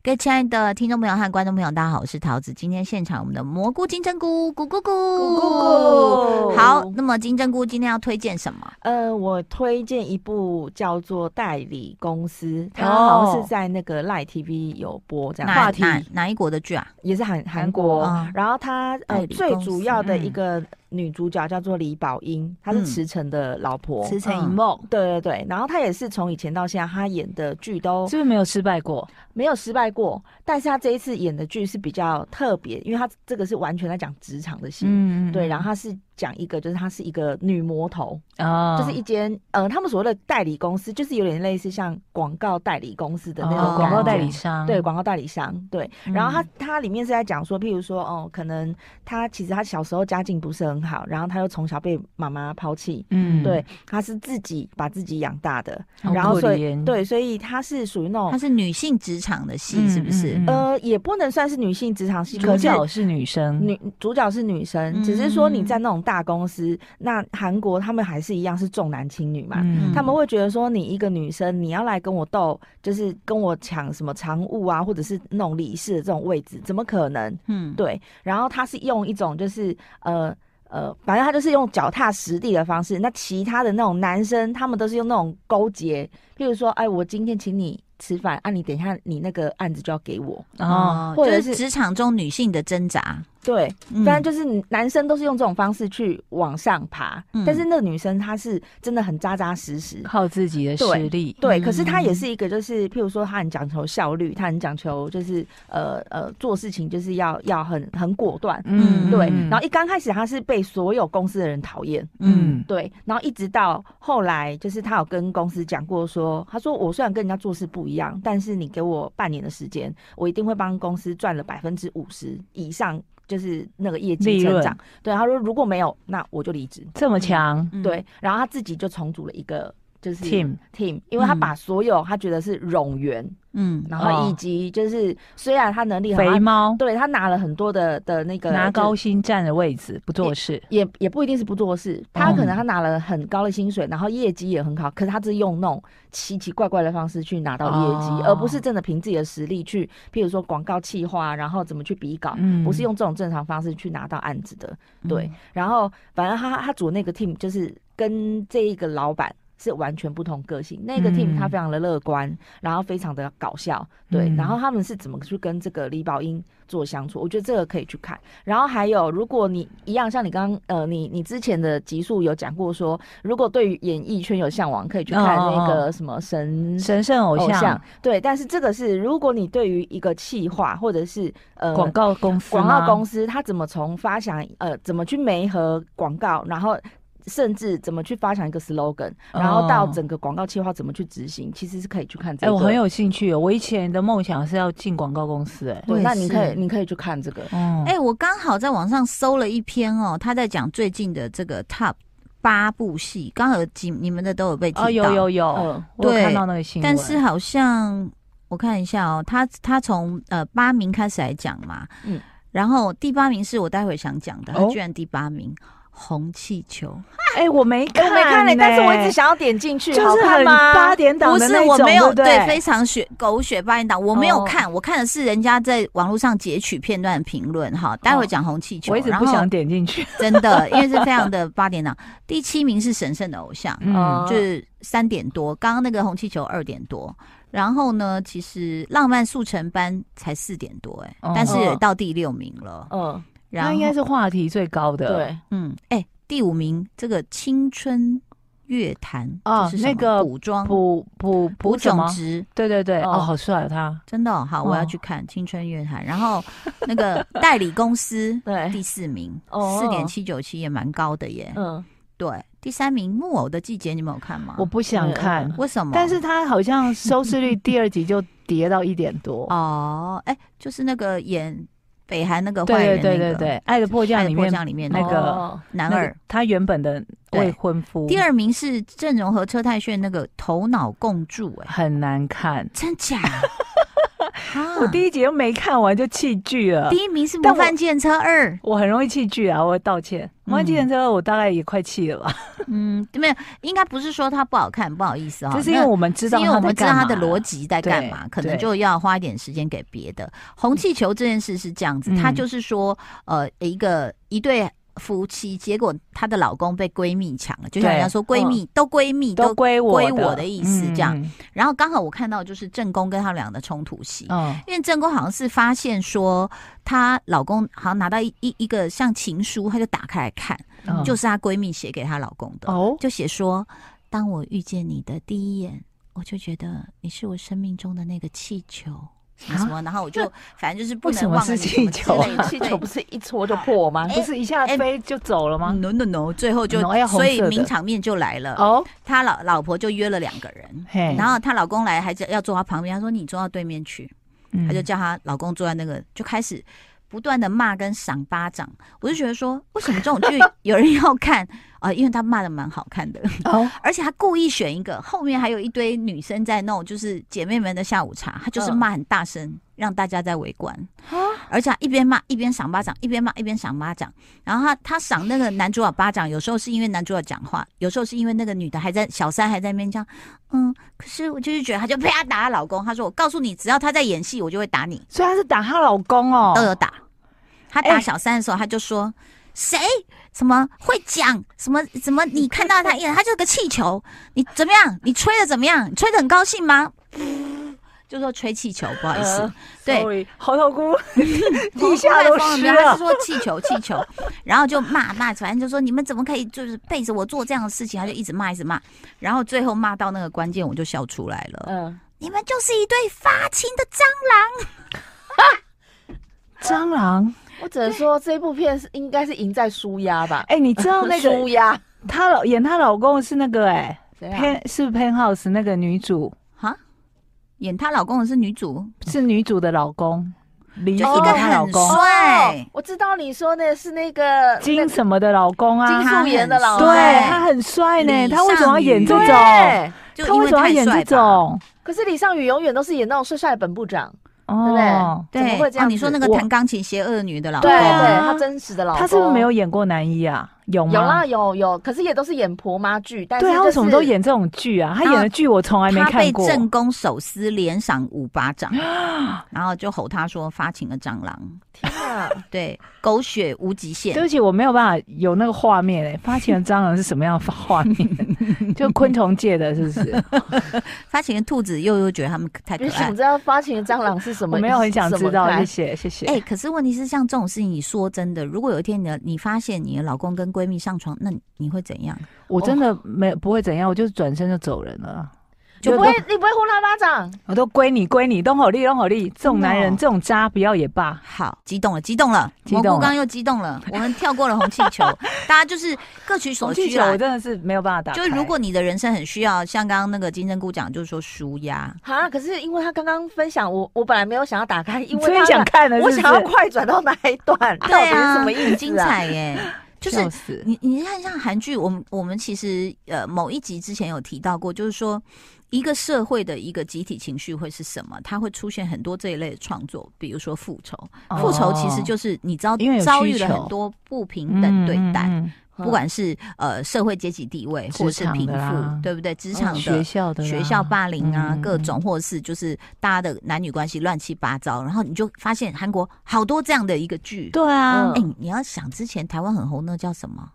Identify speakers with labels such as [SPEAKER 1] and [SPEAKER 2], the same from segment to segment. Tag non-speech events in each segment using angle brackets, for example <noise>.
[SPEAKER 1] 各位亲爱的听众朋友和观众朋友，大家好，我是桃子。今天现场我们的蘑菇金针菇，咕咕咕，
[SPEAKER 2] 咕咕咕
[SPEAKER 1] 好，那么金针菇今天要推荐什么？
[SPEAKER 2] 哦呃，我推荐一部叫做《代理公司》，它
[SPEAKER 1] 哦
[SPEAKER 2] 好像是在那个 Live TV 有播这样，
[SPEAKER 1] 哪哪哪一国的剧啊？
[SPEAKER 2] 也是韩韩
[SPEAKER 1] 国
[SPEAKER 2] 国。
[SPEAKER 1] 嗯
[SPEAKER 2] 然后它
[SPEAKER 1] 代
[SPEAKER 2] 呃
[SPEAKER 1] 理
[SPEAKER 2] 最
[SPEAKER 1] 公
[SPEAKER 2] 主
[SPEAKER 1] 司
[SPEAKER 2] 要的
[SPEAKER 1] 嗯
[SPEAKER 2] 一个女主角叫做李宝英，她
[SPEAKER 1] 嗯
[SPEAKER 2] 是池诚的老婆。嗯
[SPEAKER 3] 驰骋一梦，
[SPEAKER 2] 对对对，然后她也是从以前到现在，她演的剧都
[SPEAKER 3] 是不是没有失败过？
[SPEAKER 2] 没有失败过，但是她这一次演的剧是比较特别，因为她这个是完全在讲职场的戏。
[SPEAKER 3] 嗯
[SPEAKER 2] 对，然后她是讲一个，就是她是一个女魔头，
[SPEAKER 3] 哦
[SPEAKER 2] 就是一间呃，他们所谓的代理公司，就是有点类似像广告代理公司的那
[SPEAKER 3] 哦
[SPEAKER 2] 种
[SPEAKER 3] 广告
[SPEAKER 2] 感觉
[SPEAKER 3] 代理。商，
[SPEAKER 2] 对广告代理商，对，然后它
[SPEAKER 3] 嗯
[SPEAKER 2] 它里面是在讲说，譬如说，哦，可能他其实他小时候家境不是很好，然后他又从小被妈妈抛弃，
[SPEAKER 3] 嗯
[SPEAKER 2] 对，，他是自己把自己养大的，
[SPEAKER 3] 好
[SPEAKER 2] 然后
[SPEAKER 3] 可
[SPEAKER 2] 所以
[SPEAKER 3] 怜
[SPEAKER 2] 对，所以他是属于那
[SPEAKER 1] 它
[SPEAKER 2] 种
[SPEAKER 1] 是女性职场的戏，
[SPEAKER 3] 嗯
[SPEAKER 1] 是不是？
[SPEAKER 3] 嗯嗯
[SPEAKER 2] 呃，也不能算是女性职场戏，
[SPEAKER 3] 主
[SPEAKER 2] 可是
[SPEAKER 3] 角是女生，
[SPEAKER 2] 女主角是女生，只是说你
[SPEAKER 3] 嗯
[SPEAKER 2] 在那种大公司，那韩国他们还是一样是重男轻女嘛，
[SPEAKER 3] 嗯
[SPEAKER 2] 他们会觉得说，你一个女生，你要来跟我斗，就是跟我抢什么常务啊，或者是那种理事的这种位置，怎么可能？
[SPEAKER 1] 嗯，
[SPEAKER 2] 对。然后他是用一种就是呃呃，反正他就是用脚踏实地的方式。那其他的那种男生，他们都是用那种勾结，譬如说，哎，我今天请你吃饭，啊，你等一下你那个案子就要给我。
[SPEAKER 3] 哦，
[SPEAKER 2] 或
[SPEAKER 1] 就
[SPEAKER 2] 者
[SPEAKER 1] 是
[SPEAKER 2] 是
[SPEAKER 1] 职场中女性的挣扎。
[SPEAKER 2] 对，
[SPEAKER 1] 嗯
[SPEAKER 2] 反正就是男生都是用这种方式去往上爬，
[SPEAKER 1] 嗯
[SPEAKER 2] 但是那个女生她是真的很扎扎实实，
[SPEAKER 3] 靠自己的实力，
[SPEAKER 2] 对，
[SPEAKER 1] 嗯
[SPEAKER 2] 可是他也是一个，就是譬如说，他很讲求效率，他很讲求就是呃呃做事情就是要要很很果断，
[SPEAKER 1] 嗯
[SPEAKER 2] 对。然后一刚开始他是被所有公司的人讨厌，
[SPEAKER 1] 嗯
[SPEAKER 3] 嗯，
[SPEAKER 2] 对，然后一直到后来，就是他有跟公司讲过说，他说我虽然跟人家做事不一样，但是你给我半年的时间，我一定会帮公司赚了百分之五十以上，就是那个业绩
[SPEAKER 3] 利
[SPEAKER 2] 成
[SPEAKER 3] 润
[SPEAKER 2] 长。对，他说如果没有，那我就离职。
[SPEAKER 3] 这么强
[SPEAKER 1] 嗯
[SPEAKER 2] 对，然后他自己就重组了一个。就是
[SPEAKER 3] team，
[SPEAKER 2] team，因为他
[SPEAKER 1] 嗯
[SPEAKER 2] 把所有他觉得是冗员，
[SPEAKER 1] 嗯
[SPEAKER 2] 然后以及就是虽然他能力很
[SPEAKER 3] 哦肥
[SPEAKER 2] 好，
[SPEAKER 3] 猫
[SPEAKER 2] 对他拿了很多的的那个
[SPEAKER 3] 拿高
[SPEAKER 2] 就
[SPEAKER 3] 薪占了位置，不做事，
[SPEAKER 2] 也也不一定是不做事，他
[SPEAKER 3] 哦
[SPEAKER 2] 可能他拿了很高的薪水，然后业绩也很好，可是他是用那种奇奇怪怪的方式去拿到业
[SPEAKER 3] 哦
[SPEAKER 2] 绩，而不是真的凭自己的实力去，譬如说广告企划，然后怎么去比稿，
[SPEAKER 3] 嗯
[SPEAKER 2] 不是用这种正常方式去拿到案子的。对，然后反正他他组那个 team 就是跟这一个老板是完全不同个性，那个 team
[SPEAKER 3] 嗯
[SPEAKER 2] 他非常的乐观，然后非常的搞笑，对，
[SPEAKER 3] 嗯
[SPEAKER 2] 然后他们是怎么去跟这个李宝英做相处，我觉得这个可以去看。然后还有，如果你一样像你刚刚呃，你你之前的集数有讲过说，如果对于演艺圈有向往，可以去看
[SPEAKER 3] 哦哦
[SPEAKER 2] 那
[SPEAKER 3] 哦
[SPEAKER 2] 个什么神。
[SPEAKER 3] 神圣偶像，
[SPEAKER 2] 对，但是这个是如果你对于一个企划或者是呃
[SPEAKER 3] 广告公司吗，
[SPEAKER 2] 广告公司它怎么从发想呃怎么去媒合广告，然后甚至怎么去发想一个 slogan，
[SPEAKER 3] 哦
[SPEAKER 2] 然后到整个广告计划怎么去执行，其实是可以去看这
[SPEAKER 3] 哎、
[SPEAKER 2] 个。
[SPEAKER 3] 我很有兴趣哦，我以前的梦想是要进广告公司、哎，
[SPEAKER 2] 对，那你可
[SPEAKER 1] 我
[SPEAKER 2] 以
[SPEAKER 1] 也是
[SPEAKER 2] 你可以去看这个。
[SPEAKER 3] 哦，
[SPEAKER 1] 哎、我刚好在网上搜了一篇哦，他在讲最近的这个 top 八部戏，刚好有几你们的都有被提到，
[SPEAKER 3] 哦，有有有，
[SPEAKER 2] 嗯
[SPEAKER 3] 我
[SPEAKER 1] 对
[SPEAKER 3] 有看到那个新闻，
[SPEAKER 1] 但是好像我看一下哦，他他从呃八名开始来讲嘛，嗯
[SPEAKER 2] 嗯，
[SPEAKER 1] 然后第八名是我待会想讲的，他
[SPEAKER 3] 哦
[SPEAKER 1] 居然第八名。红气球
[SPEAKER 3] 哎、我没
[SPEAKER 2] 哎
[SPEAKER 3] 看、
[SPEAKER 2] 我没看欸嘞，但是我一直
[SPEAKER 3] 想，
[SPEAKER 2] 想要点进去，
[SPEAKER 3] 就
[SPEAKER 2] 好
[SPEAKER 3] 是
[SPEAKER 2] 看
[SPEAKER 3] 很
[SPEAKER 2] 吗？
[SPEAKER 3] 八点档
[SPEAKER 1] 不
[SPEAKER 3] 的
[SPEAKER 1] 是
[SPEAKER 3] 那
[SPEAKER 1] 我
[SPEAKER 3] 种，
[SPEAKER 1] 没有
[SPEAKER 3] 对不对
[SPEAKER 1] 非常血狗血八点档，我没有
[SPEAKER 2] 哦
[SPEAKER 1] 看，我看的是人家在网络上截取片段的评论哈。待会讲红气
[SPEAKER 3] 哦
[SPEAKER 1] 球，
[SPEAKER 3] 我一直
[SPEAKER 1] 然
[SPEAKER 3] 不
[SPEAKER 1] 后
[SPEAKER 3] 想点进
[SPEAKER 1] <laughs>
[SPEAKER 3] 去，
[SPEAKER 1] 真的，因为是非常的八点档。第七名是神圣的偶像，
[SPEAKER 3] 嗯，
[SPEAKER 1] 就是三点多，刚刚那个红气球二点多，然后呢，其实浪漫速成班才四点多、哎、
[SPEAKER 3] 哦
[SPEAKER 1] 但是也到第六名了。
[SPEAKER 2] 嗯，
[SPEAKER 1] 然
[SPEAKER 3] 那
[SPEAKER 1] 后
[SPEAKER 3] 应该是话题最高的，，
[SPEAKER 2] 对，
[SPEAKER 1] 嗯，哎、第五名这个青春乐坛
[SPEAKER 3] 哦
[SPEAKER 1] 这是什么
[SPEAKER 3] 那个
[SPEAKER 1] 古装
[SPEAKER 3] 普普
[SPEAKER 1] 古
[SPEAKER 3] 什
[SPEAKER 1] 种
[SPEAKER 3] 么？
[SPEAKER 1] 植。
[SPEAKER 3] 对对对，
[SPEAKER 2] 哦
[SPEAKER 3] 哦，好帅哦，他，
[SPEAKER 1] 真的哦、好，我要
[SPEAKER 3] 哦
[SPEAKER 1] 去看青春乐坛。然后那个代理
[SPEAKER 3] <laughs>
[SPEAKER 1] 公司
[SPEAKER 2] 对，
[SPEAKER 1] 第四名，
[SPEAKER 2] 哦
[SPEAKER 1] 四点七九七也蛮高的耶。
[SPEAKER 2] 嗯，
[SPEAKER 1] 对，第三名《木偶的季节》，你们有看吗？
[SPEAKER 3] 我不想看
[SPEAKER 2] 嗯，
[SPEAKER 1] 为什么？
[SPEAKER 3] 但是他好像收视率第二集就跌到一点多，
[SPEAKER 1] 哦，哎、就是那个演北韩那个坏
[SPEAKER 3] 对
[SPEAKER 1] 人、那个
[SPEAKER 3] 对对对对，《爱的迫降
[SPEAKER 1] 爱》的
[SPEAKER 3] 里
[SPEAKER 1] 迫
[SPEAKER 3] 面
[SPEAKER 1] 降里面
[SPEAKER 3] 那个
[SPEAKER 2] 哦
[SPEAKER 1] 男
[SPEAKER 3] 那个
[SPEAKER 1] 二。
[SPEAKER 3] 他原本的未婚夫，
[SPEAKER 1] 第二名是郑容和车太铉那个头脑共助、哎，
[SPEAKER 3] 很难看，
[SPEAKER 1] 真假？啊
[SPEAKER 3] <laughs> 我第一集又没看完就弃剧了
[SPEAKER 1] 第。一名是《
[SPEAKER 3] 但
[SPEAKER 1] 模
[SPEAKER 3] 我
[SPEAKER 1] 范建车二》，
[SPEAKER 3] 我很容易弃剧啊，我道歉。
[SPEAKER 1] 嗯
[SPEAKER 3] 我计程车我大概也快弃了吧，
[SPEAKER 1] 嗯，没有，应该不是说它不好看，不好意思哈、
[SPEAKER 4] 就是因为
[SPEAKER 1] 啊那
[SPEAKER 4] 我们知道，
[SPEAKER 1] 是因为我们知道它
[SPEAKER 4] 他
[SPEAKER 1] 的逻，辑在干嘛，
[SPEAKER 4] 对
[SPEAKER 1] 可能
[SPEAKER 4] 对
[SPEAKER 1] 就要花一点时间给别的。红气球这件事是这样子，
[SPEAKER 4] 嗯
[SPEAKER 1] 它就是说，呃，一个一对。夫妻，结果她的老公被闺蜜抢了，就像
[SPEAKER 4] 对嗯
[SPEAKER 1] 人家说闺蜜、都闺蜜
[SPEAKER 4] 都归我
[SPEAKER 1] 归我的意思这样
[SPEAKER 4] 嗯
[SPEAKER 1] 然后刚好我看到就是正宫跟他们俩的冲突戏，
[SPEAKER 4] 嗯，
[SPEAKER 1] 因为正宫好像是发现说她老公好像拿到一一一个像情书，她就打开来看，
[SPEAKER 4] 嗯
[SPEAKER 1] 就是她闺蜜写给她老公的，
[SPEAKER 3] 哦，
[SPEAKER 1] 就写说：“当我遇见你的第一眼，我就觉得你是我生命中的那个气球。”什么什么，然后我就反正就是不能忘了你什么之类的
[SPEAKER 2] 气球不是哎一戳就破吗？
[SPEAKER 3] 不是一
[SPEAKER 1] 哎
[SPEAKER 3] 下飞就走了
[SPEAKER 1] 对
[SPEAKER 3] 吗？
[SPEAKER 1] ？No No No，最后就
[SPEAKER 3] No，哎呀红
[SPEAKER 1] 所
[SPEAKER 3] 色的
[SPEAKER 1] 以名场面就来了。
[SPEAKER 3] 哦，
[SPEAKER 1] 她老老婆就约了两个人，
[SPEAKER 4] 嘿
[SPEAKER 1] 然后她老公来还是要坐她旁边，她说你坐到对面去，
[SPEAKER 4] 嗯
[SPEAKER 1] 她就叫她老公坐在那个，就开始不断的骂跟赏巴掌。我就觉得说，为什么这种剧有人要看啊、因为她骂的蛮好看的，
[SPEAKER 4] 哦，
[SPEAKER 1] 而且她故意选一个后面还有一堆女生在弄，就是姐妹们的下午茶，她就是
[SPEAKER 2] 嗯
[SPEAKER 1] 骂很大声，让大家在围观。而且她一边骂一边赏巴掌，一边骂一边赏巴掌。然后她她赏那个男主角巴掌，有时候是因为男主角讲话，有时候是因为那个女的还在小三还在那边这样，嗯，可是我就是觉得她就啪打她老公，她说我告诉你，只要她在演戏，我就会打你，
[SPEAKER 4] 所以她是打她老公哦，
[SPEAKER 1] 都有打。她打
[SPEAKER 4] 哎
[SPEAKER 1] 小三的时候，她就说。谁什么会讲什么什么？你看到他一眼，他就是个气球。你怎么样？你吹的怎么样？你吹的很高兴吗？就说吹气球，不好意思，
[SPEAKER 2] 呃
[SPEAKER 1] 对
[SPEAKER 2] Sorry，猴头
[SPEAKER 1] <laughs>
[SPEAKER 2] 菇
[SPEAKER 1] 我
[SPEAKER 2] 地下
[SPEAKER 1] 后
[SPEAKER 2] 都
[SPEAKER 1] 来疯
[SPEAKER 2] 湿啊
[SPEAKER 1] 没有他是
[SPEAKER 2] 了。
[SPEAKER 1] 说气球，气球，然后就骂骂，反正就说你们怎么可以就是背着我做这样的事情？他就一直骂，一直骂，然后最后骂到那个关键，我就笑出来了。
[SPEAKER 2] 嗯，
[SPEAKER 1] 你们就是一对发情的蟑
[SPEAKER 4] 蟑螂。
[SPEAKER 2] 我只能说这部片是应该是赢在舒压吧。
[SPEAKER 4] 哎，你知道
[SPEAKER 1] <laughs>
[SPEAKER 4] 那个
[SPEAKER 2] <laughs> 舒压，
[SPEAKER 4] 她老演她老公的是那个哎
[SPEAKER 2] 谁啊？
[SPEAKER 4] Pen 是 Penhouse 那个女主，
[SPEAKER 1] 螂啊！演她老公的是女主，
[SPEAKER 4] 是女主的老公，离
[SPEAKER 1] 嗯就
[SPEAKER 4] 婚
[SPEAKER 1] 一个
[SPEAKER 4] 她老
[SPEAKER 1] 很
[SPEAKER 4] 公
[SPEAKER 1] 帅，
[SPEAKER 2] 哦我知道你说的是那个那
[SPEAKER 4] 金
[SPEAKER 2] 个
[SPEAKER 4] 什么的老公啊
[SPEAKER 2] 金，素妍的老
[SPEAKER 1] 她
[SPEAKER 2] 公，
[SPEAKER 4] 对
[SPEAKER 1] 很帅
[SPEAKER 4] 他很帅呢，
[SPEAKER 1] 啊李
[SPEAKER 4] 他为什么要演这
[SPEAKER 1] 尚宇
[SPEAKER 4] 种？
[SPEAKER 2] 对。
[SPEAKER 1] 就
[SPEAKER 4] 他
[SPEAKER 1] 因
[SPEAKER 4] 为
[SPEAKER 1] 为
[SPEAKER 4] 什么要
[SPEAKER 1] 太
[SPEAKER 4] 演
[SPEAKER 1] 帅
[SPEAKER 4] 这
[SPEAKER 1] 吧。
[SPEAKER 4] 种？
[SPEAKER 2] 可是李尚宇永远都是演那种帅帅的本部长，对不对
[SPEAKER 4] 哦，
[SPEAKER 1] 对，
[SPEAKER 2] 怎么会这
[SPEAKER 1] 哦
[SPEAKER 2] 样子
[SPEAKER 1] 你说那个
[SPEAKER 2] 我
[SPEAKER 1] 弹钢琴邪恶女的老
[SPEAKER 2] 对
[SPEAKER 1] 公，
[SPEAKER 2] 对，
[SPEAKER 4] 啊
[SPEAKER 2] 他真实的老公，
[SPEAKER 4] 他是不是没有演过男一啊？有吗？
[SPEAKER 2] 有啦有有，可是也都是演婆妈剧，但是
[SPEAKER 4] 对他啊
[SPEAKER 2] 就
[SPEAKER 4] 为什么都
[SPEAKER 2] 是
[SPEAKER 4] 演这种剧啊？他
[SPEAKER 1] 然后
[SPEAKER 4] 演的剧我从来没
[SPEAKER 1] 她
[SPEAKER 4] 看
[SPEAKER 1] 被
[SPEAKER 4] 过。
[SPEAKER 1] 正宫手撕连赏五巴
[SPEAKER 4] <gasps>
[SPEAKER 1] 掌，然后就吼她说发情的蟑螂，
[SPEAKER 2] 天啊，
[SPEAKER 1] 对，狗血无极限
[SPEAKER 4] 对。不起，我没有办法有那个画面诶、发情的蟑螂是什么样的画
[SPEAKER 2] <laughs>
[SPEAKER 4] 面？就昆虫界的，是不是？
[SPEAKER 1] 发情的兔子又又觉得他们太可
[SPEAKER 2] 你
[SPEAKER 1] 爱
[SPEAKER 2] 想。知道发情的蟑螂是什
[SPEAKER 4] 我
[SPEAKER 2] 么？
[SPEAKER 4] 没有很想
[SPEAKER 2] <laughs> 什么
[SPEAKER 4] 知道，
[SPEAKER 2] 看
[SPEAKER 4] 谢谢谢谢。
[SPEAKER 1] 哎、可是问题是，像这种事情，你说真的，如果有一天你的你发现你的老公跟闺蜜上床，那你你会怎样？
[SPEAKER 4] 我真的没不会怎样，我就转身就走人了。
[SPEAKER 2] 你不会，你不会呼他巴掌？
[SPEAKER 4] 我都归你归你，东吼力东吼力，这种男
[SPEAKER 1] 真
[SPEAKER 4] 人、
[SPEAKER 1] 的哦
[SPEAKER 4] 这种渣不要也罢。
[SPEAKER 1] 好，激动了，激动了，
[SPEAKER 4] 激动了
[SPEAKER 1] 蘑菇刚又激动了，我们跳过了红气
[SPEAKER 4] <laughs>
[SPEAKER 1] 球，大家就是各取所
[SPEAKER 4] 红气
[SPEAKER 1] 需
[SPEAKER 4] 球
[SPEAKER 1] 啦
[SPEAKER 4] 我。真的是没有办法打开。
[SPEAKER 1] 就是如果你的人生很需要，像刚刚那个金针菇讲，就是说舒压，
[SPEAKER 2] 啊！可是因为他刚刚分享，我我本来没有想要打开，因
[SPEAKER 4] 你
[SPEAKER 2] 为
[SPEAKER 4] 真
[SPEAKER 2] 他
[SPEAKER 4] 的想看的，
[SPEAKER 2] 我
[SPEAKER 4] 是不
[SPEAKER 2] 想要
[SPEAKER 4] 是？
[SPEAKER 2] 快转到哪一段，到底是什么意思、啊？
[SPEAKER 1] 很精，彩耶、就是
[SPEAKER 4] 笑死
[SPEAKER 1] 你你看，像韩剧，我们我们其实呃某一集之前有提到过，就是说一个社会的一个集体情绪会是什么？它会出现很多这一类的创作，比如说复仇。
[SPEAKER 4] 哦
[SPEAKER 1] 复仇其实就是你遭
[SPEAKER 4] 因为有需
[SPEAKER 1] 遭遇了
[SPEAKER 4] 求
[SPEAKER 1] 很多不平等对待，
[SPEAKER 4] 嗯嗯
[SPEAKER 1] 不管是呃社会阶级地位，或者是贫
[SPEAKER 4] 职场的啦
[SPEAKER 1] 富，对不对？职
[SPEAKER 2] 嗯
[SPEAKER 1] 场
[SPEAKER 4] 嗯
[SPEAKER 1] 的
[SPEAKER 4] 学。校的啦
[SPEAKER 1] 学校霸凌啊，
[SPEAKER 4] 嗯
[SPEAKER 1] 各种或者是就是大家的男女关系乱七八糟，然后你就发现韩国好多这样的一个剧，
[SPEAKER 4] 对啊
[SPEAKER 1] 哎、，
[SPEAKER 2] 嗯
[SPEAKER 1] 你要想之前台湾很红那叫什么？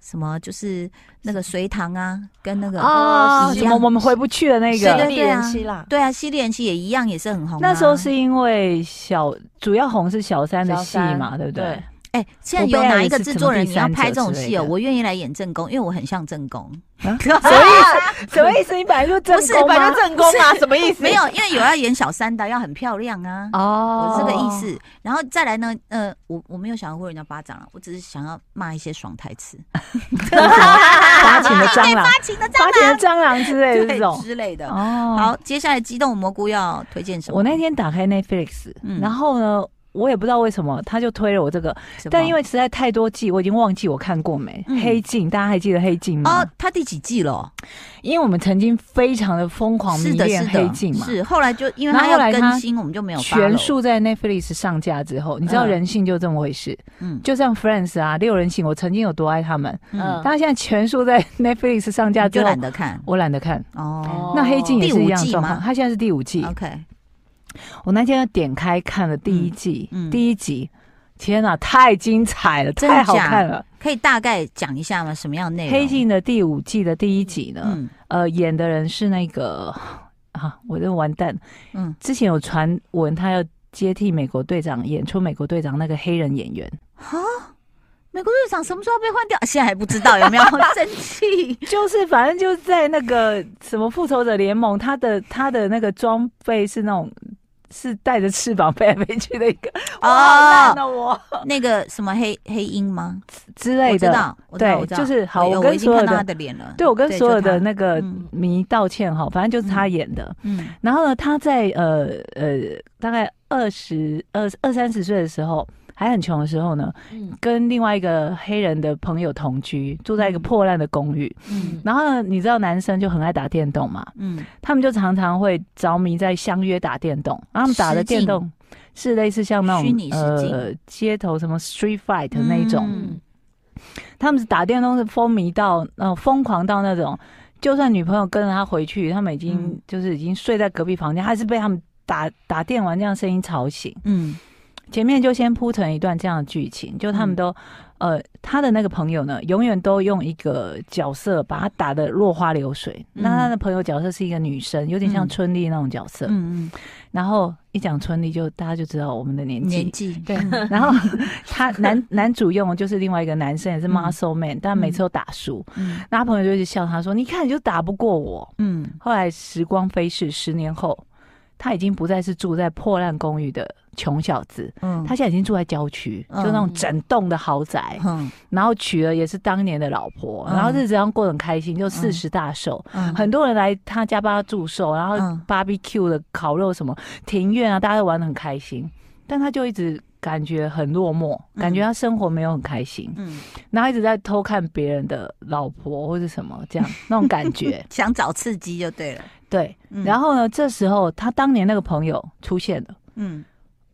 [SPEAKER 1] 什么就是那个隋唐啊，跟那个、
[SPEAKER 4] 啊，
[SPEAKER 1] 一
[SPEAKER 4] 什
[SPEAKER 1] 样
[SPEAKER 4] 么我们回不去的那
[SPEAKER 2] 对
[SPEAKER 1] 对
[SPEAKER 4] 个。
[SPEAKER 2] 对
[SPEAKER 1] 对
[SPEAKER 2] 对
[SPEAKER 1] 啊
[SPEAKER 2] 人妻啦，
[SPEAKER 1] 对啊，西恋期也一样，也是很红、啊。
[SPEAKER 4] 那时候是因为小主要红是小三的戏
[SPEAKER 2] 小
[SPEAKER 4] 嘛，
[SPEAKER 2] 三
[SPEAKER 4] 对不对
[SPEAKER 2] 对？
[SPEAKER 1] 哎、现在有
[SPEAKER 4] 我被
[SPEAKER 1] 哪
[SPEAKER 4] 爱的
[SPEAKER 1] 一个
[SPEAKER 4] 是
[SPEAKER 1] 制
[SPEAKER 4] 什么
[SPEAKER 1] 作人
[SPEAKER 4] 第
[SPEAKER 1] 你要
[SPEAKER 4] 三者
[SPEAKER 1] 拍这种
[SPEAKER 4] 之类
[SPEAKER 1] 戏哦？
[SPEAKER 4] 的啊
[SPEAKER 1] 我愿意来演正宫，因为我很像正宫。 <laughs>
[SPEAKER 4] 所以什么意思？你本来就正
[SPEAKER 2] 是
[SPEAKER 4] 宫
[SPEAKER 2] 本来
[SPEAKER 4] 吗
[SPEAKER 2] 就？正宫啊，什么意思？
[SPEAKER 1] 没有，因为有要演小三的，要很漂亮啊。
[SPEAKER 4] 哦
[SPEAKER 1] 我是这个意。思，然后再来呢？呃，我我没有想要呼人家巴掌啊了，我只是想要骂一些爽台词，
[SPEAKER 4] 发情的
[SPEAKER 1] <laughs>
[SPEAKER 4] 蟑螂，
[SPEAKER 1] 发情的
[SPEAKER 4] 发情的蟑螂之类的这
[SPEAKER 1] 对
[SPEAKER 4] 种。
[SPEAKER 1] 之类的。
[SPEAKER 4] 哦，
[SPEAKER 1] 好，接下来激动蘑菇要推荐什么？
[SPEAKER 4] 我那天打开 Netflix，、
[SPEAKER 1] 嗯
[SPEAKER 4] 然后呢，我也不知道为什么，他就推了我这个，
[SPEAKER 1] 什么
[SPEAKER 4] 但因为实在太多季，我已经忘记我看过没。
[SPEAKER 1] 嗯
[SPEAKER 4] 黑镜，大家还记得黑镜吗？
[SPEAKER 1] 哦，他第几季了？
[SPEAKER 4] 因为我们曾经非常的疯狂哦迷
[SPEAKER 1] 是的，是
[SPEAKER 4] 恋黑
[SPEAKER 1] 的，
[SPEAKER 4] 镜嘛，
[SPEAKER 1] 是后来就因为
[SPEAKER 4] 然后
[SPEAKER 1] 他要
[SPEAKER 4] 后来他
[SPEAKER 1] 更新，我们就没有发
[SPEAKER 4] 全
[SPEAKER 1] 了。
[SPEAKER 4] 数在 Netflix 上架之后，你知道
[SPEAKER 1] 嗯
[SPEAKER 4] 人性就这么回事，
[SPEAKER 1] 嗯
[SPEAKER 4] 就像 Friends 啊，六人行，我曾经有多爱他们，
[SPEAKER 1] 嗯，
[SPEAKER 4] 但他现在全数在 Netflix 上架
[SPEAKER 1] 你就
[SPEAKER 4] 之后
[SPEAKER 1] 懒，得看
[SPEAKER 4] 我懒得看。
[SPEAKER 1] 哦。
[SPEAKER 4] 那黑镜也是一样
[SPEAKER 1] 第五
[SPEAKER 4] 的状
[SPEAKER 1] 季嗯
[SPEAKER 4] 况，
[SPEAKER 1] 吗
[SPEAKER 4] 它现在是第五季。
[SPEAKER 1] OK，
[SPEAKER 4] 我那天点开看了第一季，
[SPEAKER 1] 嗯嗯
[SPEAKER 4] 第一集，天哪、太精彩了，
[SPEAKER 1] 真的哎
[SPEAKER 4] 太好
[SPEAKER 1] 假
[SPEAKER 4] 看了！
[SPEAKER 1] 可以大概讲一下吗？什么样的内容？
[SPEAKER 4] 黑，镜的第五季的第一集呢，
[SPEAKER 1] 嗯
[SPEAKER 4] 呃，演的人是那个啊，我真完蛋。
[SPEAKER 1] 嗯，
[SPEAKER 4] 之前有传闻他要接替美国队长，演出美国队长那个黑人演员，
[SPEAKER 1] 哈，美国队长什么时候被换掉？现在还不知道有没有 <laughs> 生
[SPEAKER 4] <laughs>
[SPEAKER 1] 气？
[SPEAKER 4] 就是反正就是在那个什么复仇者联盟，他的他的那个装备是那种。是带着翅膀飞来飞去的一个，
[SPEAKER 2] 啊
[SPEAKER 4] 哦，烂
[SPEAKER 1] 哦，
[SPEAKER 4] 了我
[SPEAKER 1] 那个什么黑黑鹰吗？
[SPEAKER 4] 之
[SPEAKER 1] 我
[SPEAKER 4] 类
[SPEAKER 1] 知
[SPEAKER 4] 的。
[SPEAKER 1] 道，我知道，
[SPEAKER 4] 对
[SPEAKER 1] 我，知道
[SPEAKER 4] 就是好，
[SPEAKER 1] 我有
[SPEAKER 4] 我
[SPEAKER 1] 我
[SPEAKER 4] 跟
[SPEAKER 1] 已经
[SPEAKER 4] 所有
[SPEAKER 1] 看到他
[SPEAKER 4] 的，
[SPEAKER 1] 的脸了。
[SPEAKER 4] 对我跟所有
[SPEAKER 1] 就
[SPEAKER 4] 的
[SPEAKER 1] 他
[SPEAKER 4] 那个
[SPEAKER 1] 嗯
[SPEAKER 4] 迷道歉哈，反正就是他演的。
[SPEAKER 1] 嗯
[SPEAKER 4] 然后呢，他在呃呃大概二十二二三十岁的时候，还很穷的时候呢，
[SPEAKER 2] 嗯
[SPEAKER 4] 跟另外一个黑人的朋友同居，住在一个破烂的公寓。
[SPEAKER 1] 嗯
[SPEAKER 4] 然后呢，你知道男生就很爱打电动嘛，
[SPEAKER 1] 嗯，
[SPEAKER 4] 他们就常常会着迷在相约打电动，然后他们打的电动是类似像那
[SPEAKER 1] 虚
[SPEAKER 4] 种
[SPEAKER 1] 拟实境
[SPEAKER 4] 呃街头什么 Street Fight 那一种，
[SPEAKER 1] 嗯
[SPEAKER 4] 他们打电动是风靡到呃疯狂到那种，就算女朋友跟着他回去，他们已经、
[SPEAKER 1] 嗯
[SPEAKER 4] 就是已经睡在隔壁房间，还是被他们打打电玩这样声音吵醒。
[SPEAKER 1] 嗯
[SPEAKER 4] 前面就先铺成一段这样的剧情，就他们都，
[SPEAKER 1] 嗯
[SPEAKER 4] 呃，他的那个朋友呢，永远都用一个角色把他打得落花流水。
[SPEAKER 1] 嗯
[SPEAKER 4] 那他的朋友角色是一个女生，有点像
[SPEAKER 1] 嗯
[SPEAKER 4] 春丽那种角色。
[SPEAKER 1] 嗯
[SPEAKER 4] 然后一讲春丽，就大家就知道我们的年
[SPEAKER 1] 嗯，年
[SPEAKER 4] 纪。
[SPEAKER 1] 纪
[SPEAKER 4] 对，然后
[SPEAKER 1] <laughs>
[SPEAKER 4] 他男男主用的就是另外一个男生，也是
[SPEAKER 1] 嗯
[SPEAKER 4] muscle man，、但每次都打输。
[SPEAKER 1] 嗯
[SPEAKER 4] 那他朋友就一直笑他说：“你看你就打不过我。
[SPEAKER 1] 嗯”
[SPEAKER 4] 后来时光飞逝，十年后，他已经不再是住在破烂公寓的穷小子，
[SPEAKER 1] 嗯，
[SPEAKER 4] 他现在已经住在郊区，
[SPEAKER 1] 嗯
[SPEAKER 4] 就那种整栋的豪宅，
[SPEAKER 1] 嗯
[SPEAKER 4] 然后娶了也是当年的老婆，
[SPEAKER 1] 嗯
[SPEAKER 4] 然后日子上过得很开心，就四十大寿。
[SPEAKER 1] 嗯
[SPEAKER 4] 很多人来他家帮他祝寿，然后
[SPEAKER 1] 嗯
[SPEAKER 4] barbecue 的烤肉什么庭院啊，大家都玩得很开心。但他就一直感觉很落寞，
[SPEAKER 1] 嗯
[SPEAKER 4] 感觉他生活没有很开心，
[SPEAKER 1] 嗯，
[SPEAKER 4] 然后一直在偷看别人的老婆或是什么这样那种
[SPEAKER 1] <laughs>
[SPEAKER 4] 感觉。
[SPEAKER 1] 想找刺激就对了。
[SPEAKER 4] 对，
[SPEAKER 1] 嗯
[SPEAKER 4] 然后呢，这时候他当年那个朋友出现了。
[SPEAKER 1] 嗯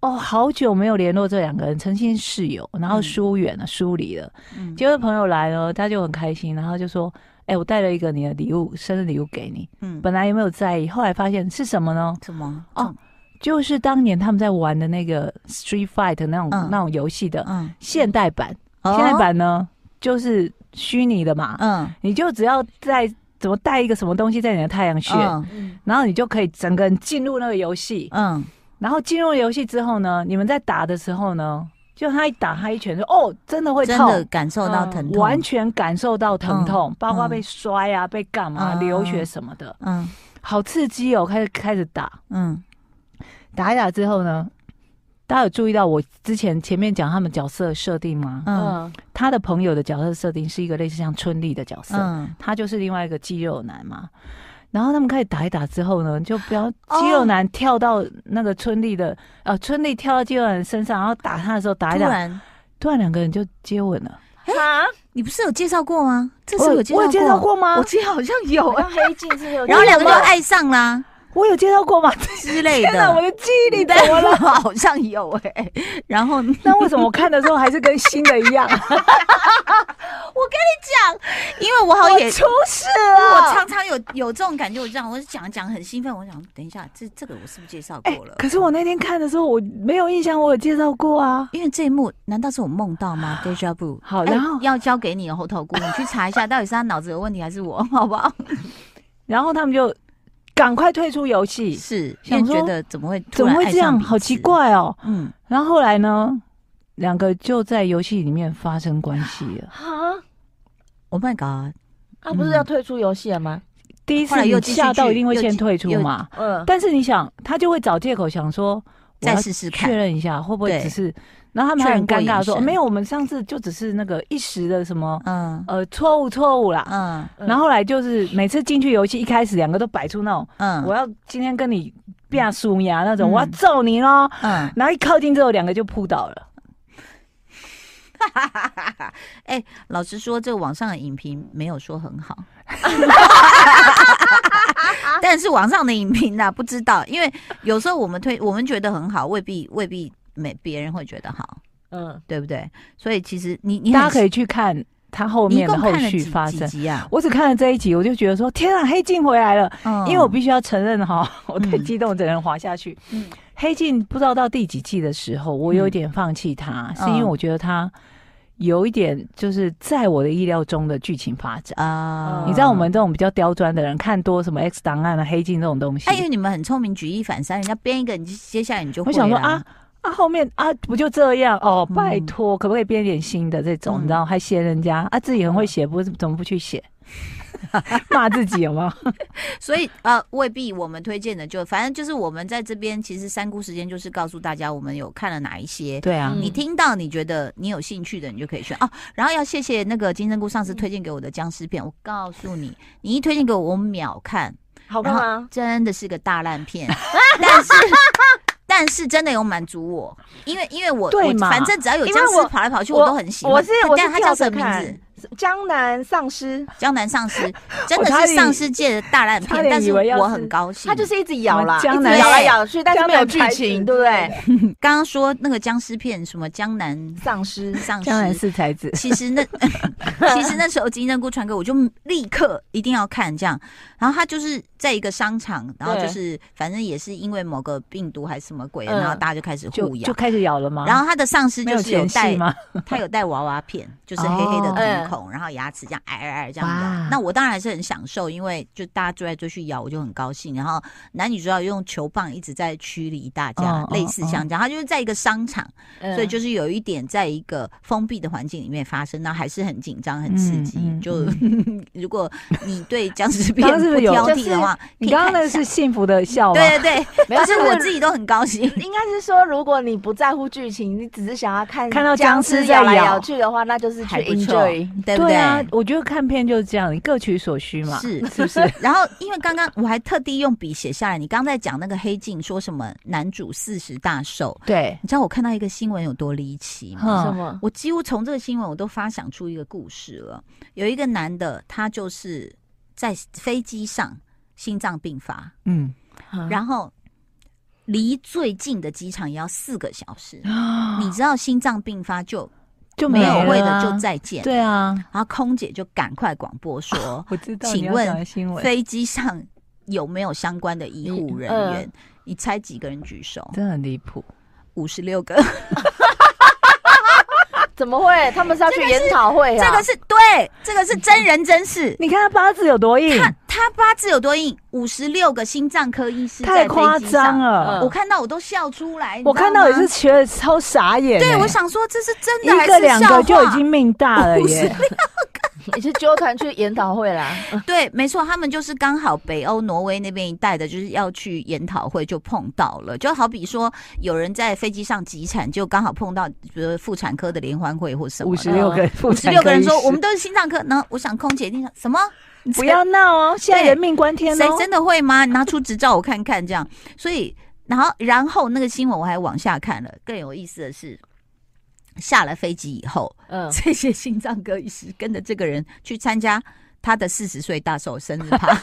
[SPEAKER 4] 哦，好久没有联络这两个人，曾经室友，然后
[SPEAKER 1] 嗯
[SPEAKER 4] 疏远了、疏离了。
[SPEAKER 1] 嗯
[SPEAKER 4] 结果朋友来了，他就很开心，然后就说：“哎、我带了一个你的礼物，生日礼物给你。”
[SPEAKER 1] 嗯
[SPEAKER 4] 本来也没有在意，后来发现是什么呢？
[SPEAKER 1] 什么
[SPEAKER 4] 哦就是当年他们在玩的那个 Street Fight 那种、
[SPEAKER 1] 嗯
[SPEAKER 4] 那种游戏的
[SPEAKER 1] 嗯，
[SPEAKER 4] 现代版。
[SPEAKER 1] 哦
[SPEAKER 4] 现代版呢，就是虚拟的嘛，
[SPEAKER 1] 嗯
[SPEAKER 4] 你就只要在怎么带一个什么东西在你的太阳穴，
[SPEAKER 1] 嗯
[SPEAKER 2] 嗯
[SPEAKER 4] 然后你就可以整个人进入那个游戏。
[SPEAKER 1] 嗯
[SPEAKER 4] 然后进入游戏之后呢，你们在打的时候呢，就他一打他一拳就哦，真的会
[SPEAKER 1] 真
[SPEAKER 4] 痛，嗯
[SPEAKER 1] 的感受到疼痛，
[SPEAKER 4] 完全感受到疼痛，包括
[SPEAKER 1] 嗯
[SPEAKER 4] 被摔啊、被干嘛、
[SPEAKER 1] 嗯
[SPEAKER 4] 流血什么的，
[SPEAKER 1] 嗯
[SPEAKER 4] 好刺激哦！开始开始打，
[SPEAKER 1] 嗯
[SPEAKER 4] 打一打之后呢，大家有注意到我之前前面讲他们角色设定吗？
[SPEAKER 1] 嗯
[SPEAKER 2] 嗯
[SPEAKER 4] 他的朋友的角色设定是一个类似像春丽的角色，
[SPEAKER 1] 嗯，
[SPEAKER 4] 他就是另外一个肌肉男嘛。然后他们开始打一打之后呢，就不要
[SPEAKER 1] 哦
[SPEAKER 4] 肌肉男跳到那个春丽的，呃，春丽跳到肌肉男身上，然后打他的时候打
[SPEAKER 1] 突
[SPEAKER 4] 一打，
[SPEAKER 1] 然
[SPEAKER 4] 突然两个人就接吻了。
[SPEAKER 2] 啊，
[SPEAKER 1] 你不是有介绍过吗？这是
[SPEAKER 4] 我
[SPEAKER 1] 有
[SPEAKER 4] 我有介绍过吗
[SPEAKER 1] 我？记得好像有
[SPEAKER 2] 好，像黑镜是有，
[SPEAKER 1] 哦然后两个就爱上啦
[SPEAKER 4] 我有介绍过吗？ <laughs>
[SPEAKER 1] 之类
[SPEAKER 4] 天哪，我
[SPEAKER 1] 的。
[SPEAKER 4] 的记忆力怎么了？
[SPEAKER 1] <laughs> 好像有哎、然
[SPEAKER 4] <laughs>
[SPEAKER 1] 后
[SPEAKER 4] 那为什么我看的时候还是跟新的一
[SPEAKER 1] <laughs>
[SPEAKER 4] 样？
[SPEAKER 1] 因为我好
[SPEAKER 4] <laughs> 我
[SPEAKER 1] 也
[SPEAKER 4] 出事
[SPEAKER 1] 我
[SPEAKER 4] 了！
[SPEAKER 1] 常常有有这种感觉，我这样，我讲讲很兴奋，我想等一下，这这个我是不是介绍
[SPEAKER 4] 哎
[SPEAKER 1] 过了？
[SPEAKER 4] 可是我那天看的时候，我没有印象，我有介绍过啊。
[SPEAKER 1] 因为这一幕难道是我梦到吗？Deja vu。
[SPEAKER 4] 好
[SPEAKER 1] 哎
[SPEAKER 4] 然后
[SPEAKER 1] 要交给你的哦猴头菇，你去查一下，到底是他脑子有问题还是我，好
[SPEAKER 4] <laughs>
[SPEAKER 1] 不好？
[SPEAKER 4] 然后他们就赶快退出游戏，
[SPEAKER 1] 是，因
[SPEAKER 4] 想
[SPEAKER 1] 为
[SPEAKER 4] 说
[SPEAKER 1] 觉得怎么会突
[SPEAKER 4] 怎么
[SPEAKER 1] 然
[SPEAKER 4] 会
[SPEAKER 1] 爱
[SPEAKER 4] 这样？
[SPEAKER 1] 上彼此
[SPEAKER 4] 好奇。怪哦。
[SPEAKER 1] 嗯，
[SPEAKER 4] 然后后来呢，两个就在游戏里面发生关系了。
[SPEAKER 2] 啊，
[SPEAKER 1] Oh my god！
[SPEAKER 2] 他不是要退出游戏了吗？
[SPEAKER 4] 第一
[SPEAKER 1] 后
[SPEAKER 4] 次
[SPEAKER 1] 来又
[SPEAKER 4] 你
[SPEAKER 1] 继续
[SPEAKER 4] 吓到
[SPEAKER 1] 去
[SPEAKER 4] 一定会
[SPEAKER 1] 又
[SPEAKER 4] 先
[SPEAKER 1] 继
[SPEAKER 4] 退出
[SPEAKER 1] 又
[SPEAKER 4] 嘛，
[SPEAKER 2] 嗯，
[SPEAKER 4] 但是你想，他就会找借口想说。我要
[SPEAKER 1] 再试试看
[SPEAKER 4] 确。认一下会不会
[SPEAKER 1] 对
[SPEAKER 4] 只是，然后他们还很
[SPEAKER 1] 确认
[SPEAKER 4] 尴
[SPEAKER 1] 过
[SPEAKER 4] 尬
[SPEAKER 1] 眼
[SPEAKER 4] 地说哦
[SPEAKER 1] 神
[SPEAKER 4] 没有，我们上次就只是那个一时的什么
[SPEAKER 1] 嗯
[SPEAKER 4] 呃错误错误啦。
[SPEAKER 1] 嗯
[SPEAKER 2] 嗯
[SPEAKER 4] 然后后来就是每次进去游戏一开始两个都摆出那种
[SPEAKER 1] 嗯，
[SPEAKER 4] 我要今天跟你变输牙那
[SPEAKER 1] 嗯
[SPEAKER 4] 种，我要揍你咯。
[SPEAKER 1] 嗯，
[SPEAKER 4] 然后一靠近之后，两个就扑倒了。
[SPEAKER 1] 哎、老实说，这个网上的影评没有说很好， <laughs> 但是网上的影评呢、啊，不知道，因为有时候我们推，我们觉得很好，未必未必没别人会觉得好，
[SPEAKER 2] 嗯，
[SPEAKER 1] 对不对？所以其实你你
[SPEAKER 4] 大家可
[SPEAKER 1] 以
[SPEAKER 4] 以去看他后
[SPEAKER 1] 你一
[SPEAKER 4] 面的
[SPEAKER 1] 共
[SPEAKER 4] 后
[SPEAKER 1] 看了
[SPEAKER 4] 续
[SPEAKER 1] 几
[SPEAKER 4] 发
[SPEAKER 1] 几
[SPEAKER 4] 生。
[SPEAKER 1] 集啊？
[SPEAKER 4] 我只看了这一集，我就觉得说天啊，黑镜回来了！
[SPEAKER 1] 嗯
[SPEAKER 4] <laughs> 因为我必须要承认哈， <laughs> 我太
[SPEAKER 1] 嗯
[SPEAKER 4] 激动，整个人滑下去。
[SPEAKER 1] 嗯
[SPEAKER 4] 黑镜不知道到第几季的时候，我有一点放弃它，是因为
[SPEAKER 1] 嗯
[SPEAKER 4] 我觉得它有一点就是在我的意料中的剧情发展。
[SPEAKER 1] 啊、
[SPEAKER 4] 你知道我们这种比较刁钻的人，看多什么 X 档案啊、黑镜这种东西，
[SPEAKER 1] 哎，因为你们很聪明，举一反三，人家编一个，你就接下来你就
[SPEAKER 4] 我
[SPEAKER 1] 会
[SPEAKER 4] 想说
[SPEAKER 1] 啦
[SPEAKER 4] 啊，啊，后面啊不就这样哦？
[SPEAKER 1] 嗯
[SPEAKER 4] 拜托，可不可以编点新的这种？
[SPEAKER 1] 嗯
[SPEAKER 4] 你知道还嫌人家啊，自己很会写，不是怎么不去写？ <laughs> 骂自己有吗？
[SPEAKER 1] <laughs> 所以呃，未必我们推荐的就反正就是我们在这边，其实三姑时间就是告诉大家我们有看了哪一些。
[SPEAKER 4] 对啊
[SPEAKER 2] 嗯
[SPEAKER 1] 你听到你觉得你有兴趣的，你就可以选哦。然后要谢谢那个金针菇上次推荐给我的僵尸片，我告诉你，你一推荐给我，我秒看，
[SPEAKER 2] 好看
[SPEAKER 1] 然后
[SPEAKER 2] 吗？
[SPEAKER 1] 真的是个大烂片，但是。但是真的有满足我，因为因为我
[SPEAKER 4] 对
[SPEAKER 1] 我
[SPEAKER 4] 嘛
[SPEAKER 1] 反正只要有
[SPEAKER 2] 因为
[SPEAKER 1] 僵尸
[SPEAKER 2] 我
[SPEAKER 1] 跑来跑去，我都很喜欢。
[SPEAKER 2] 我是我是
[SPEAKER 1] 但它叫
[SPEAKER 2] 跳
[SPEAKER 1] 什
[SPEAKER 2] 着
[SPEAKER 1] 么名字
[SPEAKER 2] 看？，江南丧尸，
[SPEAKER 1] 江南丧尸真
[SPEAKER 4] 我
[SPEAKER 1] 的
[SPEAKER 4] 差
[SPEAKER 1] 是
[SPEAKER 4] 点
[SPEAKER 1] 丧尸界的大烂
[SPEAKER 4] 差
[SPEAKER 1] 片，
[SPEAKER 4] 点
[SPEAKER 1] 但
[SPEAKER 4] 以
[SPEAKER 1] 是
[SPEAKER 4] 为要
[SPEAKER 1] 我
[SPEAKER 4] 是
[SPEAKER 1] 很高兴。
[SPEAKER 2] 它就是一直咬
[SPEAKER 1] 嗯
[SPEAKER 2] 啦，
[SPEAKER 4] 江
[SPEAKER 2] 一直
[SPEAKER 4] 南
[SPEAKER 2] 咬来咬去，但是没有
[SPEAKER 4] 江
[SPEAKER 2] 剧
[SPEAKER 4] 南
[SPEAKER 2] 情，对不对？
[SPEAKER 1] 刚刚说那个僵尸片什么江南
[SPEAKER 2] 丧尸，
[SPEAKER 1] 丧
[SPEAKER 4] 江南
[SPEAKER 1] 尸，
[SPEAKER 4] 四才 <laughs> 子，
[SPEAKER 1] 其实那 <laughs> 其实那时候金针菇传给我，我就立刻一定要看这样。然后他就是在一个商场，然后就是反正也是因为某个病毒还是什么鬼，
[SPEAKER 2] 嗯
[SPEAKER 1] 然后大家就开始
[SPEAKER 4] 就
[SPEAKER 1] 互咬
[SPEAKER 4] 就。开始咬了吗？
[SPEAKER 1] 然后他的丧尸
[SPEAKER 4] 没
[SPEAKER 1] 就
[SPEAKER 4] 有
[SPEAKER 1] 是有
[SPEAKER 4] 前
[SPEAKER 1] 带 <laughs>
[SPEAKER 4] 戏吗？哦嗯
[SPEAKER 1] 他有戴娃娃
[SPEAKER 4] <laughs>
[SPEAKER 1] 片，就是黑黑的瞳孔，然后牙齿这样矮矮矮这样的
[SPEAKER 4] 哇。
[SPEAKER 1] 那我当然还是很享受，因为就大家追来追去咬，我就很高兴。然后男女主角用球棒一直在驱离大家，
[SPEAKER 4] 嗯嗯
[SPEAKER 1] 类似像这样。他就是在一个商场，
[SPEAKER 4] 啊
[SPEAKER 2] 嗯
[SPEAKER 1] 所以就是有一点在一个封闭的环境里面发生，那还是很紧张、很刺激。
[SPEAKER 4] 嗯嗯
[SPEAKER 1] 就
[SPEAKER 4] <laughs>
[SPEAKER 1] 如果你对僵尸片
[SPEAKER 4] 刚刚是不
[SPEAKER 1] 不
[SPEAKER 4] 是有
[SPEAKER 1] 挑剔的话，
[SPEAKER 4] 你
[SPEAKER 1] 可以
[SPEAKER 4] 刚刚
[SPEAKER 1] 看
[SPEAKER 4] 那
[SPEAKER 1] 一下
[SPEAKER 4] 是幸福的啊笑吗？
[SPEAKER 1] 对对
[SPEAKER 4] <laughs>
[SPEAKER 2] 没有
[SPEAKER 1] 对，就是
[SPEAKER 2] 就是
[SPEAKER 1] 我自己都很高兴。
[SPEAKER 2] 应该是说，如果你不在乎剧情，你只是想要看
[SPEAKER 4] 看到
[SPEAKER 2] 僵
[SPEAKER 4] 僵
[SPEAKER 2] 尸
[SPEAKER 4] 尸在
[SPEAKER 2] 咬来
[SPEAKER 4] 咬
[SPEAKER 2] 咬去的话，那就是去
[SPEAKER 1] 还不错
[SPEAKER 2] enjoy。
[SPEAKER 1] 对不
[SPEAKER 4] 对啊，我觉得看片就是这样，你各取所需嘛。
[SPEAKER 1] 是是不是？ <laughs> 然后因为刚刚我还特地用笔写下来，你刚才讲那个黑镜说什么男主四十大寿，
[SPEAKER 4] <laughs> 对，
[SPEAKER 1] 你知道我看到一个新闻有多离奇吗？
[SPEAKER 4] 嗯
[SPEAKER 2] 什么？
[SPEAKER 1] 我几乎从这个新闻我都发想出一个故事了。有一个男的，他就是在飞机上心脏病发，
[SPEAKER 4] 嗯，
[SPEAKER 1] 然后离最近的机场也要四个小时。你知道心脏病发就
[SPEAKER 4] 啊 <gasps> 就
[SPEAKER 1] 没有
[SPEAKER 4] 味
[SPEAKER 1] 为了就再见，
[SPEAKER 4] 对啊，
[SPEAKER 1] 然后空姐就赶快广播说。
[SPEAKER 4] 我知道。
[SPEAKER 1] 请
[SPEAKER 4] 你要
[SPEAKER 1] 问
[SPEAKER 4] 讲的新闻
[SPEAKER 1] 飞机上有没有相关的医护人员？
[SPEAKER 2] 嗯
[SPEAKER 1] 你猜几个人举手？
[SPEAKER 4] 真的很离谱。
[SPEAKER 1] 五十六个。
[SPEAKER 2] 怎么会？他们是要去研讨会啊？
[SPEAKER 1] 这个是对，这个是真人真事。
[SPEAKER 4] 你看他八字有多硬，
[SPEAKER 1] 他他八字有多硬？五十六个心脏科医师
[SPEAKER 4] 太
[SPEAKER 1] 在飞
[SPEAKER 4] 夸
[SPEAKER 1] 机
[SPEAKER 4] 张
[SPEAKER 1] 上，
[SPEAKER 4] 了。
[SPEAKER 1] 我看到我都笑出来。
[SPEAKER 4] 我看到也
[SPEAKER 1] 你
[SPEAKER 4] 是
[SPEAKER 1] 知
[SPEAKER 4] 觉得超傻眼欸、
[SPEAKER 1] 道吗。对，我想说这是真的还是
[SPEAKER 4] 一个两
[SPEAKER 1] 笑
[SPEAKER 4] 个
[SPEAKER 1] 话
[SPEAKER 4] 就已经命大了耶，
[SPEAKER 2] 你是纠团去研讨会啦？
[SPEAKER 1] 对，没错，他们就是刚好北欧挪威那边一带的，就是要去研讨会就碰到了，就好比说有人在飞机上急产，就刚好碰到比如妇产科的联欢会或什么
[SPEAKER 4] 五
[SPEAKER 1] 的
[SPEAKER 4] 十六个妇
[SPEAKER 1] 五十
[SPEAKER 4] 产
[SPEAKER 1] 六
[SPEAKER 4] 科
[SPEAKER 1] 个人
[SPEAKER 4] 医
[SPEAKER 1] 说
[SPEAKER 4] 师
[SPEAKER 1] 我们都是心脏科，然后我想空姐一定想什么？你 <laughs>
[SPEAKER 4] 不要闹哦，现在人命关天
[SPEAKER 1] 谁
[SPEAKER 4] 哦。
[SPEAKER 1] 真的会吗？拿出执照我看看，这样。所以，然后然后那个新闻我还往下看了，更有意思的是，下了飞机以后，
[SPEAKER 2] 嗯，
[SPEAKER 1] 这些心脏科医师跟着这个人去参加他的四十岁大寿生日趴。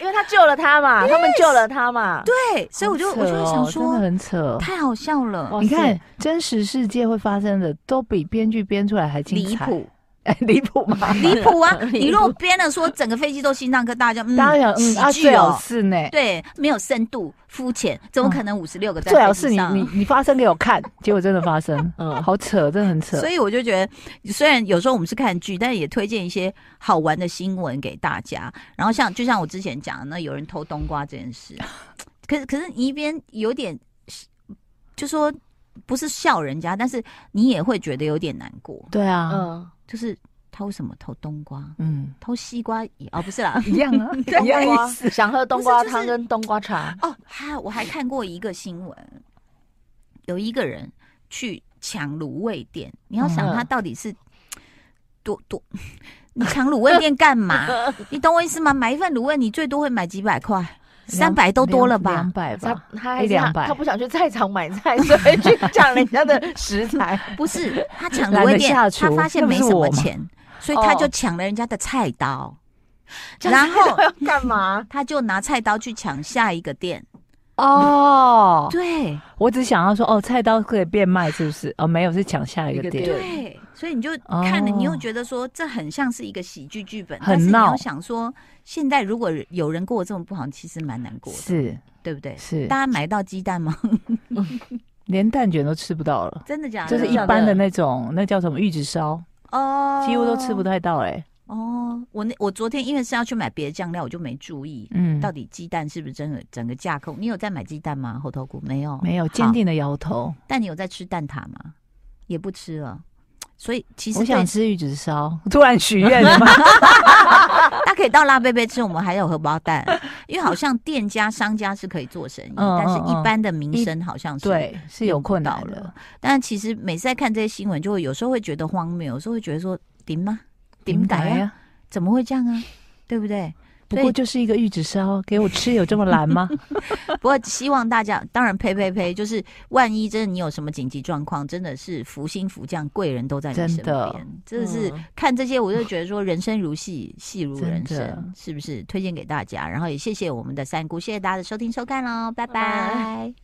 [SPEAKER 2] 因为他救了他嘛，他们救了他嘛。
[SPEAKER 1] <laughs> 对，所以我就、
[SPEAKER 4] 好扯
[SPEAKER 1] 我就想
[SPEAKER 4] 哦真的
[SPEAKER 1] 说，
[SPEAKER 4] 很扯哦。
[SPEAKER 1] 太好笑了
[SPEAKER 2] 哇，
[SPEAKER 4] 你看
[SPEAKER 2] 塞，
[SPEAKER 4] 真实世界会发生的都比编剧编出来还
[SPEAKER 1] 离
[SPEAKER 4] 精彩，
[SPEAKER 1] 谱，
[SPEAKER 4] 哎 <laughs> 离谱吗？
[SPEAKER 1] 离谱啊！
[SPEAKER 2] 离谱
[SPEAKER 1] 你如果编了说整个飞机都心脏科，大家嗯，
[SPEAKER 4] <laughs> 大家想，嗯，啊，
[SPEAKER 1] 喜剧
[SPEAKER 4] 最好
[SPEAKER 1] 哦。
[SPEAKER 4] 是呢，
[SPEAKER 1] 对，没有深度，肤浅，怎么可能五十六个在
[SPEAKER 4] 最好
[SPEAKER 1] 飞
[SPEAKER 4] 是
[SPEAKER 1] 机
[SPEAKER 4] 你
[SPEAKER 1] 上？
[SPEAKER 4] 你你发生给我
[SPEAKER 1] <laughs>
[SPEAKER 4] 看，结果真的发生，
[SPEAKER 2] 嗯
[SPEAKER 4] 好扯，真的很扯
[SPEAKER 1] 所。以我就觉得，虽然有时候我们是看剧，但也推荐一些好玩的新闻给大家。然后像就像我之前讲的，那有人偷冬瓜这件事，可是可是你一边有点就说不是笑人家，但是你也会觉得有点难过，
[SPEAKER 4] 对啊，
[SPEAKER 2] 嗯，
[SPEAKER 1] 就是偷什么？偷冬瓜，
[SPEAKER 4] 嗯，。
[SPEAKER 1] 偷西瓜也哦，不是啦
[SPEAKER 4] 一样啊，
[SPEAKER 1] <laughs>
[SPEAKER 4] 一样意思。
[SPEAKER 2] 想喝冬瓜汤跟冬瓜茶，
[SPEAKER 1] 哦，还有我还看过一个新闻，有一个人去抢卤味店，你要想
[SPEAKER 2] 嗯
[SPEAKER 1] 他到底是多多，你抢卤味店干
[SPEAKER 4] <laughs>
[SPEAKER 1] 嘛？你懂我意思吗？买一份卤味，你最多会买几百块，三百都多了吧
[SPEAKER 4] 两？百
[SPEAKER 2] 他
[SPEAKER 4] 吧，
[SPEAKER 2] 他还是
[SPEAKER 4] 一两
[SPEAKER 2] 他
[SPEAKER 4] 百
[SPEAKER 2] 他不想去菜场买菜，所以去抢人家的食 <laughs> 材。
[SPEAKER 1] 不是，他抢
[SPEAKER 4] 懒
[SPEAKER 1] 卤味
[SPEAKER 4] 得
[SPEAKER 1] 店
[SPEAKER 4] 下，
[SPEAKER 1] 他
[SPEAKER 4] 厨
[SPEAKER 1] 发现
[SPEAKER 4] 那不
[SPEAKER 1] 没
[SPEAKER 4] 是
[SPEAKER 1] 什
[SPEAKER 4] 我
[SPEAKER 1] 么
[SPEAKER 4] 吗
[SPEAKER 1] 钱，所以他就
[SPEAKER 2] 哦
[SPEAKER 1] 抢了人家的菜刀，
[SPEAKER 2] 这样
[SPEAKER 1] 然
[SPEAKER 2] 子
[SPEAKER 1] 后
[SPEAKER 2] 要干嘛？
[SPEAKER 1] 他就拿菜刀去抢下一个店。
[SPEAKER 4] 哦，
[SPEAKER 1] 对
[SPEAKER 4] 我只想要说，哦，菜刀可以变卖，是不是？哦，没有，是抢下一
[SPEAKER 2] 一
[SPEAKER 4] 个
[SPEAKER 2] 个
[SPEAKER 4] 店。
[SPEAKER 2] 店
[SPEAKER 1] 对，所以你就看了，
[SPEAKER 4] 哦
[SPEAKER 1] 你又觉得说这很像是一个喜剧剧本，
[SPEAKER 4] 很
[SPEAKER 1] 但是你
[SPEAKER 4] 闹
[SPEAKER 1] 要想说，现在如果有人过得这么不好，其实蛮难过的，
[SPEAKER 4] 是
[SPEAKER 1] 对不对？
[SPEAKER 4] 是
[SPEAKER 1] 大，家买到鸡蛋吗？ <laughs>
[SPEAKER 4] 连蛋卷都吃不到了，
[SPEAKER 1] 真的啊假的？
[SPEAKER 4] 就是一
[SPEAKER 2] 假的
[SPEAKER 4] 般的那种，那叫什么玉子烧，
[SPEAKER 1] 哦，
[SPEAKER 4] 几乎都吃不。太到哎。
[SPEAKER 1] 哦，我那我昨天因为是要去买别的酱料，我就没注意。
[SPEAKER 4] 嗯
[SPEAKER 1] 到底鸡蛋是不是真的整个架空？你有在买鸡蛋吗？猴头菇没有，
[SPEAKER 4] 没有
[SPEAKER 1] 好
[SPEAKER 4] 坚。定的摇头。
[SPEAKER 1] 但你有在吃蛋挞吗？也不吃了。所以其实
[SPEAKER 4] 我想
[SPEAKER 1] 对
[SPEAKER 4] 吃玉
[SPEAKER 1] <laughs>
[SPEAKER 4] 子烧，突然许愿了吗？
[SPEAKER 1] 大家可以到辣贝贝吃，我们还有荷包蛋，因为好像店家、商家是可以做生意，
[SPEAKER 4] 嗯
[SPEAKER 1] 但是
[SPEAKER 4] 嗯
[SPEAKER 1] 一
[SPEAKER 4] 嗯
[SPEAKER 1] 般的民生好像是。
[SPEAKER 4] 对，是有困扰
[SPEAKER 1] 用不到
[SPEAKER 4] 了
[SPEAKER 1] 的。但其实每次在看这些新闻，就会有时候会觉得荒谬，有时候会觉得说顶吗？顶歹呀？
[SPEAKER 4] 啊？
[SPEAKER 1] 怎么会这样啊？对不对？
[SPEAKER 4] 不
[SPEAKER 1] 所
[SPEAKER 4] 过
[SPEAKER 1] 以
[SPEAKER 4] 就是一个玉子烧，给我吃有这么难吗？
[SPEAKER 1] 不过希望大家，当然呸呸呸，就是万一真的你有什么紧急状况，真的是福星福将贵人都在你
[SPEAKER 4] 真
[SPEAKER 1] 身
[SPEAKER 4] 的
[SPEAKER 1] 边。真的是、
[SPEAKER 2] 嗯
[SPEAKER 1] 看这些，我就觉得说人生如戏，戏如
[SPEAKER 4] 真
[SPEAKER 1] 人
[SPEAKER 4] 的
[SPEAKER 1] 生，是不是？推荐给大家，然后也谢谢我们的三姑，谢谢大家的收听收看喽，拜
[SPEAKER 2] 拜
[SPEAKER 1] 拜